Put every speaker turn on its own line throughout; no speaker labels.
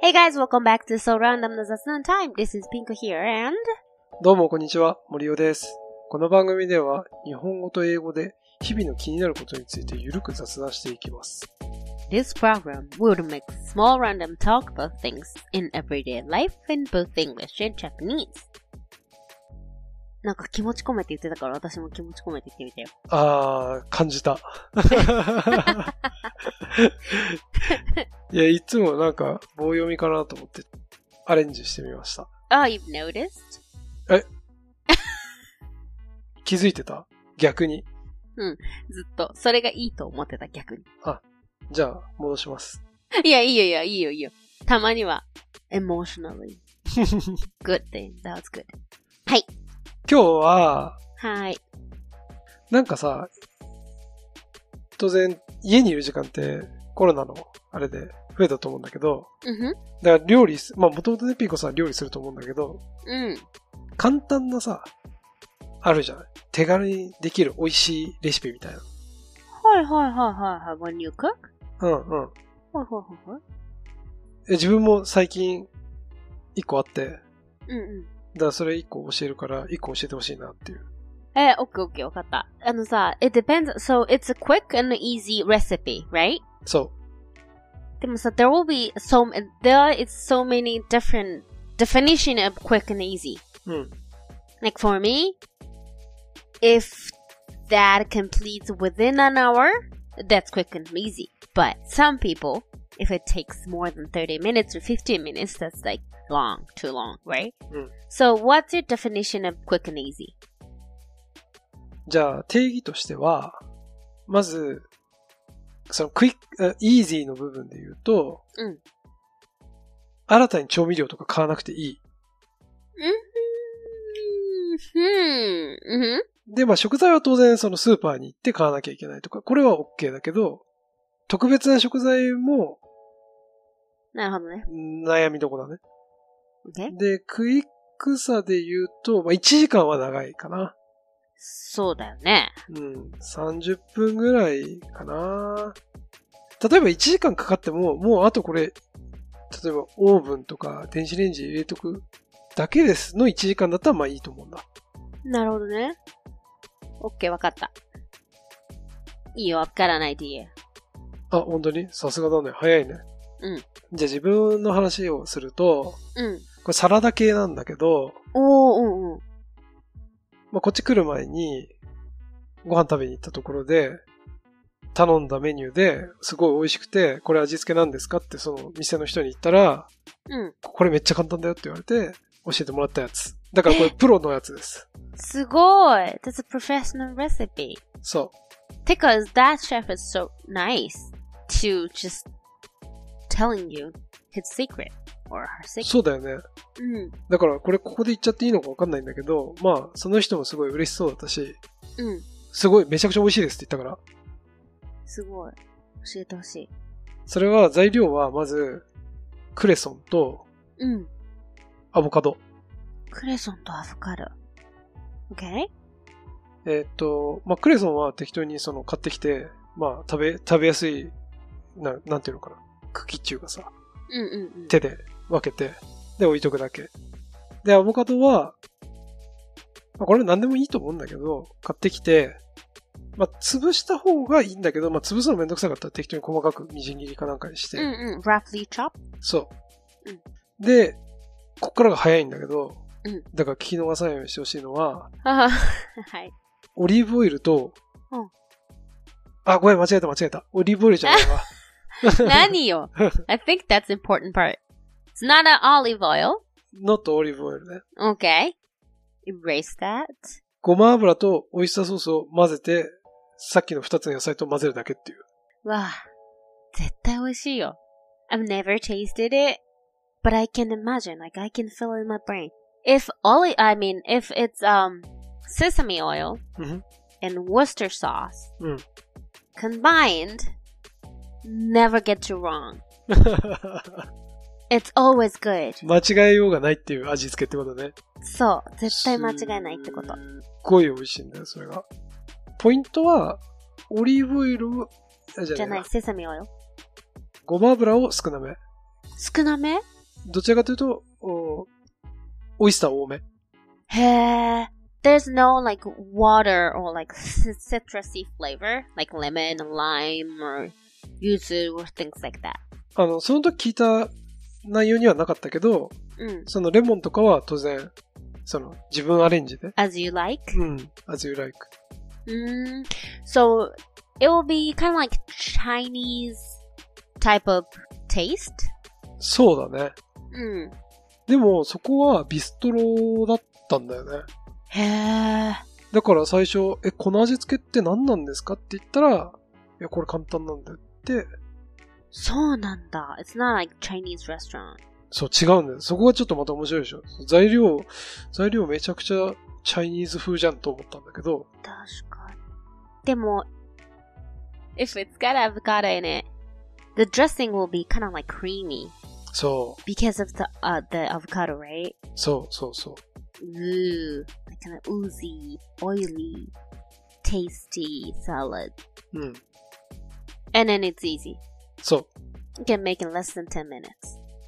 Hey guys, welcome back to So Random の雑談 Time. This is Pinko here and
どうもこんにちは、森尾です。この番組では日本語と英語で日々の気になることについてゆるく雑談していきます。
this program will make small random talk about things in everyday life in both English and Japanese. なんか気持ち込めて言ってたから私も気持ち込めて言ってみたよ。
あー、感じた。いや、いつもなんか棒読みかなと思ってアレンジしてみました。
Oh, you've noticed?
気づいてた逆に。
ずっと。それがいいと思ってた逆に。
じゃあ、戻します。
いや、いいよいいよ、いいよいいよ。たまには、emotionally. good thing. That was good.
今日は、
はい。
なんかさ、当然家にいる時間ってコロナのあれで増えたと思うんだけど、
うんふん
だから料理す、まあもともとね、ピーコさんは料理すると思うんだけど、
うん。
簡単なさ、あるじゃん。手軽にできる美味しいレシピみたいな。
はいはいはいはいはい。When you cook?
うんうん。
はいはいはいはい。
え自分も最近、一個あって、だか
うんうん。
らそれ一個教えるから、一個教えてほしいなっていう。
え、オッケーオッケー、わかった。あのさ、it depends, so it's a quick and easy recipe, right?
そ
でもさ、there will be so, there is so many different definition of quick and easy.
う。うん。
Like for me, if that completes within an hour, that's quick and easy. But some people, if it takes more than 30 minutes or 15 minutes, that's like long, too long, right?
Mm.
So what's your definition of quick and easy?
じゃあ、定義としては、まず、そのクイック、あイージーの部分で言うと、
うん
新たに調味料とか買わなくていい。
うん。うん。
で、まあ食材は当然そのスーパーに行って買わなきゃいけないとか、これは OK だけど、特別な食材も
なるほどね。
悩みどころだね。
OK?
で、クイックさで言うと、まあ1時間は長いかな。
そうだよね。
うん、30分ぐらいかな。例えば1時間かかっても、もうあとこれ、例えばオーブンとか電子レンジ入れとくだけですの1時間だったらまあいいと思うんだ。
なるほどね。OK、わかった。いいよ、わからないでいいよ。
あ、本当にさすがだね。早いね。
うん
じゃあ自分の話をすると、
うん。
これサラダ系なんだけど、
おー、うんうん。
まあ、こっち来る前に、ご飯食べに行ったところで、頼んだメニューですごい美味しくて、これ味付けなんですかってその店の人に言ったら、
うん。
これめっちゃ簡単だよって言われて、教えてもらったやつ。だからこれプロのやつです。
すごい !That's a professional recipe.
そ
Because that chef is so nice to just telling you his secret or her
う。
secret.
そうだよね。
うん。
だからこれここで言っちゃっていいのかわかんないんだけど、まあ、その人もすごい嬉しそうだったし、
うん。
すごいめちゃくちゃ美味しいですって言ったから。
すごい。教えてほしい。
それは材料はまず、クレソンと
うん。
アボカド。
クレソンとアボカド。OK?
えーっと、まあ、クレソンは適当にその買ってきて、まあ、食べ、食べやすい、ななんていうのかな。茎っていうかさ、
うんうんうん。
手で分けて、で置いとくだけ。で、アボカドは、まあ、これ何でもいいと思うんだけど、買ってきて、まあ、潰した方がいいんだけど、まあ、潰すのめんどくさかったら適当に細かくみじん切りかなんかにして、
うんうん。roughly chop?
そう。
うん
で、こっからが早いんだけど、
うん
だから聞き逃さないようにしてほしいのは、
あはい。
オリーブオイルと、
うん
あ、ごめん、間違えた、間違えた。オリーブオイルじゃない わ。
何よ ?I think that's important part. It's not an olive oil.
ノットオリーブオイルね。
Okay. Erase that.
ごま油とオイスターソースを混ぜて、さっきの二つの野菜と混ぜるだ けっていう。
わあ。絶対美味しいよ。I've never tasted it, but I can imagine, like I can feel it in my brain. If olive, I mean, if it's um sesame oil
うん
and Worcester sauce
うん
combined, never get you wrong. It's always good.
間違えようがないっていう味付けってことね。
そう。絶対間違いないってこと
すっ。ごい美味しいんだよ、それが。ポイントは、オリーブオイルを、あじゃ
じゃな
な
いい、セサミオイル。
ごま油を少なめ。
少なめ
どちらかというと、おオイスター多め。
へー There's no like water or like c- citrusy flavor, like lemon, lime, or yuzu, or things like that.
あの、その時聞いた内容にはなかったけど、
うん。
そのレモンとかは当然、その自分アレンジで。
As you like.
うん。as you like.
Mm, so it will be kind of like Chinese type of taste.
そうだね。
Mm.
でも、そこはビストロだったんだよね。だから最初、え、この味付けって何なんですかって言ったら、いや、これ簡単なんだよって、
そうなんだ。It's not like Chinese restaurant.
そう、違うんだよ。そこがちょっとまた面白いでしょ。材料、材料めちゃくちゃチャイニーズ風じゃんと思ったんだけど、
確かに。でも、if it's got avocado in it, the dressing will be kind of like creamy
そ
because of the uh, the avocado, right?
う、そう、そう、そう。
Ooh, like kind of oozy, oily, tasty salad.
うん、
And then it's easy.
そう、
You can make in less than 10 minutes.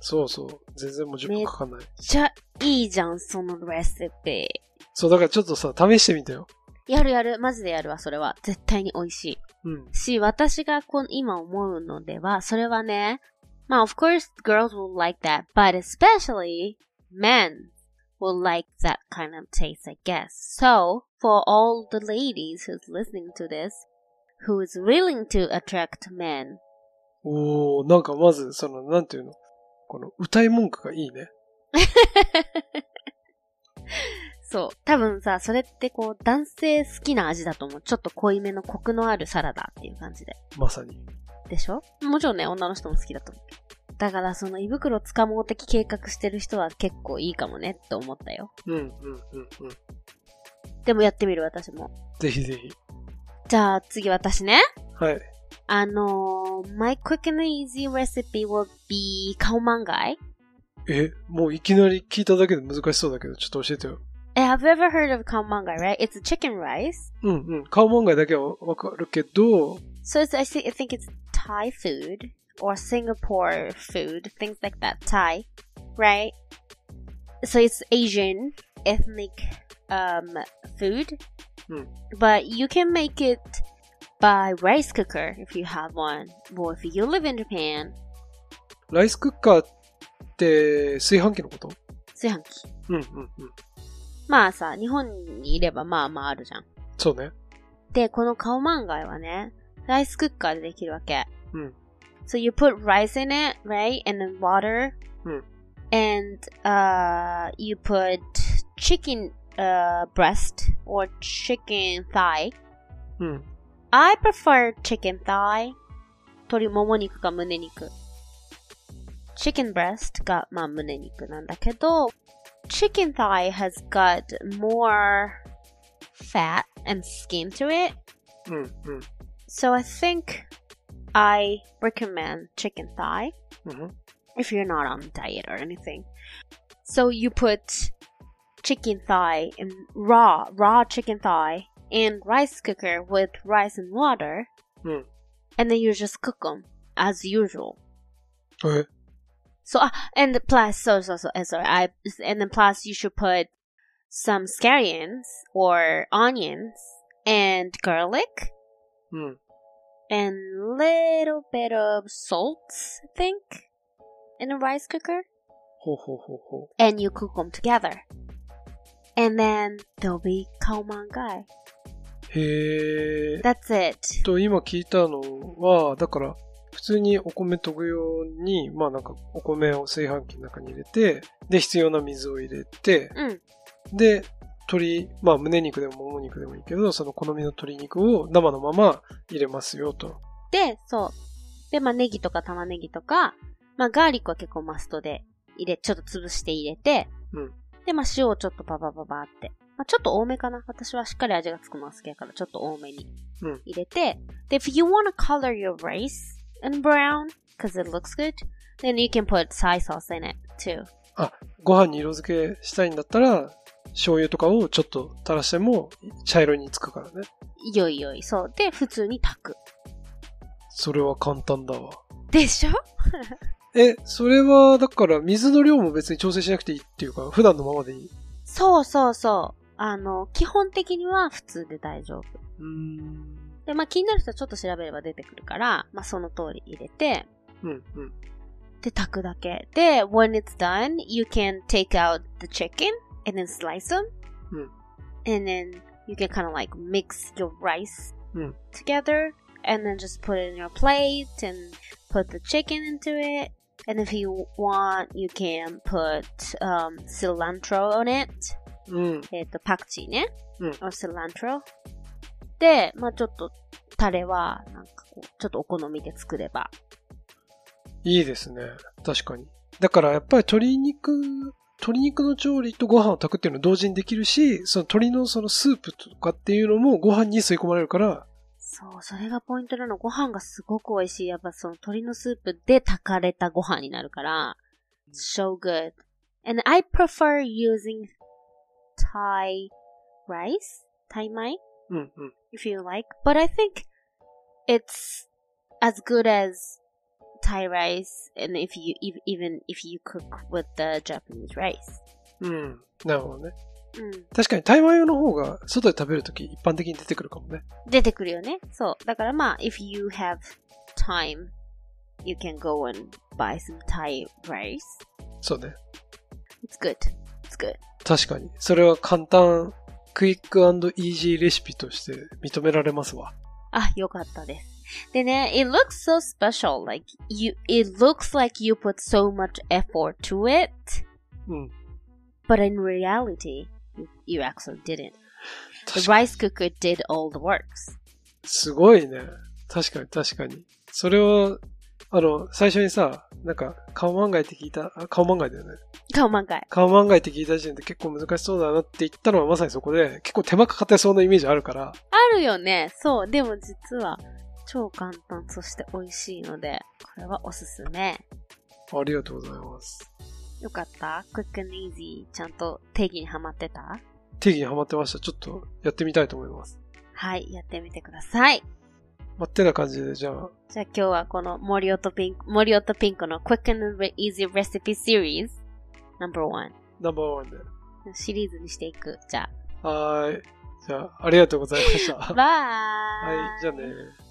そうそう。全然もう10分かかんない。
めっちゃいいじゃん、そのレシピ。
そう、だからちょっとさ、試してみてよ。
やるやる、マジでやるわ、それは。絶対に美味し
うん、
い。し、私がこう今思うのでは、それはね、まあ、of course, girls will like that, but especially men will like that kind of taste, I guess. So, for all the ladies who's listening to this, who is willing to attract men,
おー、なんかまず、その、なんていうのこの、歌い文句がいいね。
そう。多分さ、それってこう、男性好きな味だと思う。ちょっと濃いめのコクのあるサラダっていう感じで。
まさに。
でしょもちろんね、女の人も好きだと思うけど。だからその胃袋つかもう的計画してる人は結構いいかもねって思ったよ。
うん、うん、うん、うん。
でもやってみる私も。
ぜひぜひ。
じゃあ次私ね。
はい。
あのー、my quick and easy recipe will be カオマンガイ。
え、もういきなり聞いただけで難しそうだけど、ちょっと教えてよ。
Eh, Have you ever heard of カオマンガイ right? It's a chicken rice.
うんうん。顔問題だけはわかるけど、
So it's, I, think, I think it's Thai food or Singapore food, things like that. Thai, right? So it's Asian ethnic um, food,
Hmm.
but you can make it by rice cooker if you have one, or if you live in Japan,
ライスクッカーって炊飯器のこと
炊飯器。
うんうんうん。
まあさ、日本にいればまあまああるじゃん。
そうね。
で、このカオマンガイはね、ライスクッカーでできるわけ。
うん。
So you put rice in it, right? And then water.
うん。
And uh, you put chicken uh, breast or chicken thigh.
うん。
I prefer chicken thigh. 鶏もも肉か胸肉。chicken breast が、まあ、胸肉なんだけど、chicken thigh has got more fat and skin to it.
うんうん。
So I think I recommend chicken thigh
うん、
if you're not on diet or anything. So you put chicken thigh and raw, raw chicken thigh in rice cooker with rice and water,
うん。
and then you just cook them as usual.
え
So uh, and plus, so so so uh, sorry, I and then plus you should put some scallions or onions and garlic
うん。
and little bit of salt, I think, in a rice cooker,
ほうほうほうほ
and you cook them together. And then there'll be kao mangai.
う。へえ。
That's it.
と、今聞いたのは、だから、普通にお米研ぐ用に、まあなんか、お米を炊飯器の中に入れて、で、必要な水を入れて、
うん、
で、鶏、まあ、胸肉でももも肉でもいいけど、その好みの鶏肉を生のまま入れますよと。
で、そう。で、まあ、ネギとか玉ねぎとか、まあ、ガーリックは結構マストで入れ、ちょっと潰して入れて、
うん
で、まあ、塩をちょっとパパパパって。まあ、ちょっと多めかな。私はしっかり味がつくのが好きやから、ちょっと多めに
うん
入れて、で、if you wanna color your rice in brown, cause it looks good, then you can put soy sauce in it too.
ご飯に色付けしたいんだったら、醤油とかをちょっと垂らしても茶色につくからね。
よいよい、そう。で、普通に炊く。
それは簡単だわ。
でしょ
え、それは、だから、水の量も別に調整しなくていいっていうか、普段のままでいい。
そうそうそう。あの、基本的には普通で大丈夫。
うん。
で、まあ気になる人はちょっと調べれば出てくるから、まあその通り入れて、
うん、うん。
で、炊くだけ。で、when it's done, you can take out the chicken and then slice them.
うん
And then you can kind of like mix your rice
うん
together and then just put it in your plate and put the chicken into it. And if you want, you can put um, cilantro on it.
うん、
えっ、と、パクチーね。
うん
おシラントロ。で、まあちょっと、タレは、なんかこう、ちょっとお好みで作れば。
いいですね。確かに。だから、やっぱり鶏肉、鶏肉の調理とご飯を炊くっていうのを同時にできるし、その鶏のそのスープとかっていうのもご飯に吸い込まれるから、
そう、それがポイントなの。ご飯がすごく美味しい。やっぱその鶏のスープで炊かれたご飯になるから。so good. And I prefer using Thai rice, Thai mai,
うん、うん。
if you like. But I think it's as good as Thai rice, and if you ev- even if you cook with the Japanese rice.
うん。なるほどね。
うん、
確かに台湾用の方が外で食べるとき一般的に出てくるかもね。
出てくるよね。そう。だからまあ、if you have time, you can go and buy some Thai rice.
そうね。
It's good. It's good.
確かに。それは簡単、クイックイージーレシピとして認められますわ。
あ、Ah, よかったです。でね、it looks so special. Like, you, it looks like you put so much effort to it,
うん。
but in reality, you, you actually didn't. The
確かに。
rice cooker did all the works.
すごいね。確かに確かに。それは、あの、最初にさ、なんか、顔漫画って聞いた、あ顔漫画だよね。
顔満開。
顔漫画って聞いた時点で結構難しそうだなって言ったのはまさにそこで、結構手間かかってそうなイメージあるから、
あるよね。そう。でも実は、超簡単、そして美味しいので、これはおすすめ。
ありがとうございます。
よかったクックンイージー、ちゃんと定義にはまってた
定義にはまってました。ちょっとやってみたいと思います。
はい、やってみてください。
まあ、ってな感じで、じゃあ、
じゃあ今日はこの森音ピンク、森音ピンクの Quick and Easy Recipe Series No.1
ナンバーワンで。
シリーズにしていく。じゃ
はーい。じゃあ、ありがとうございました。
あ、
は
バーイ
い、じゃあね。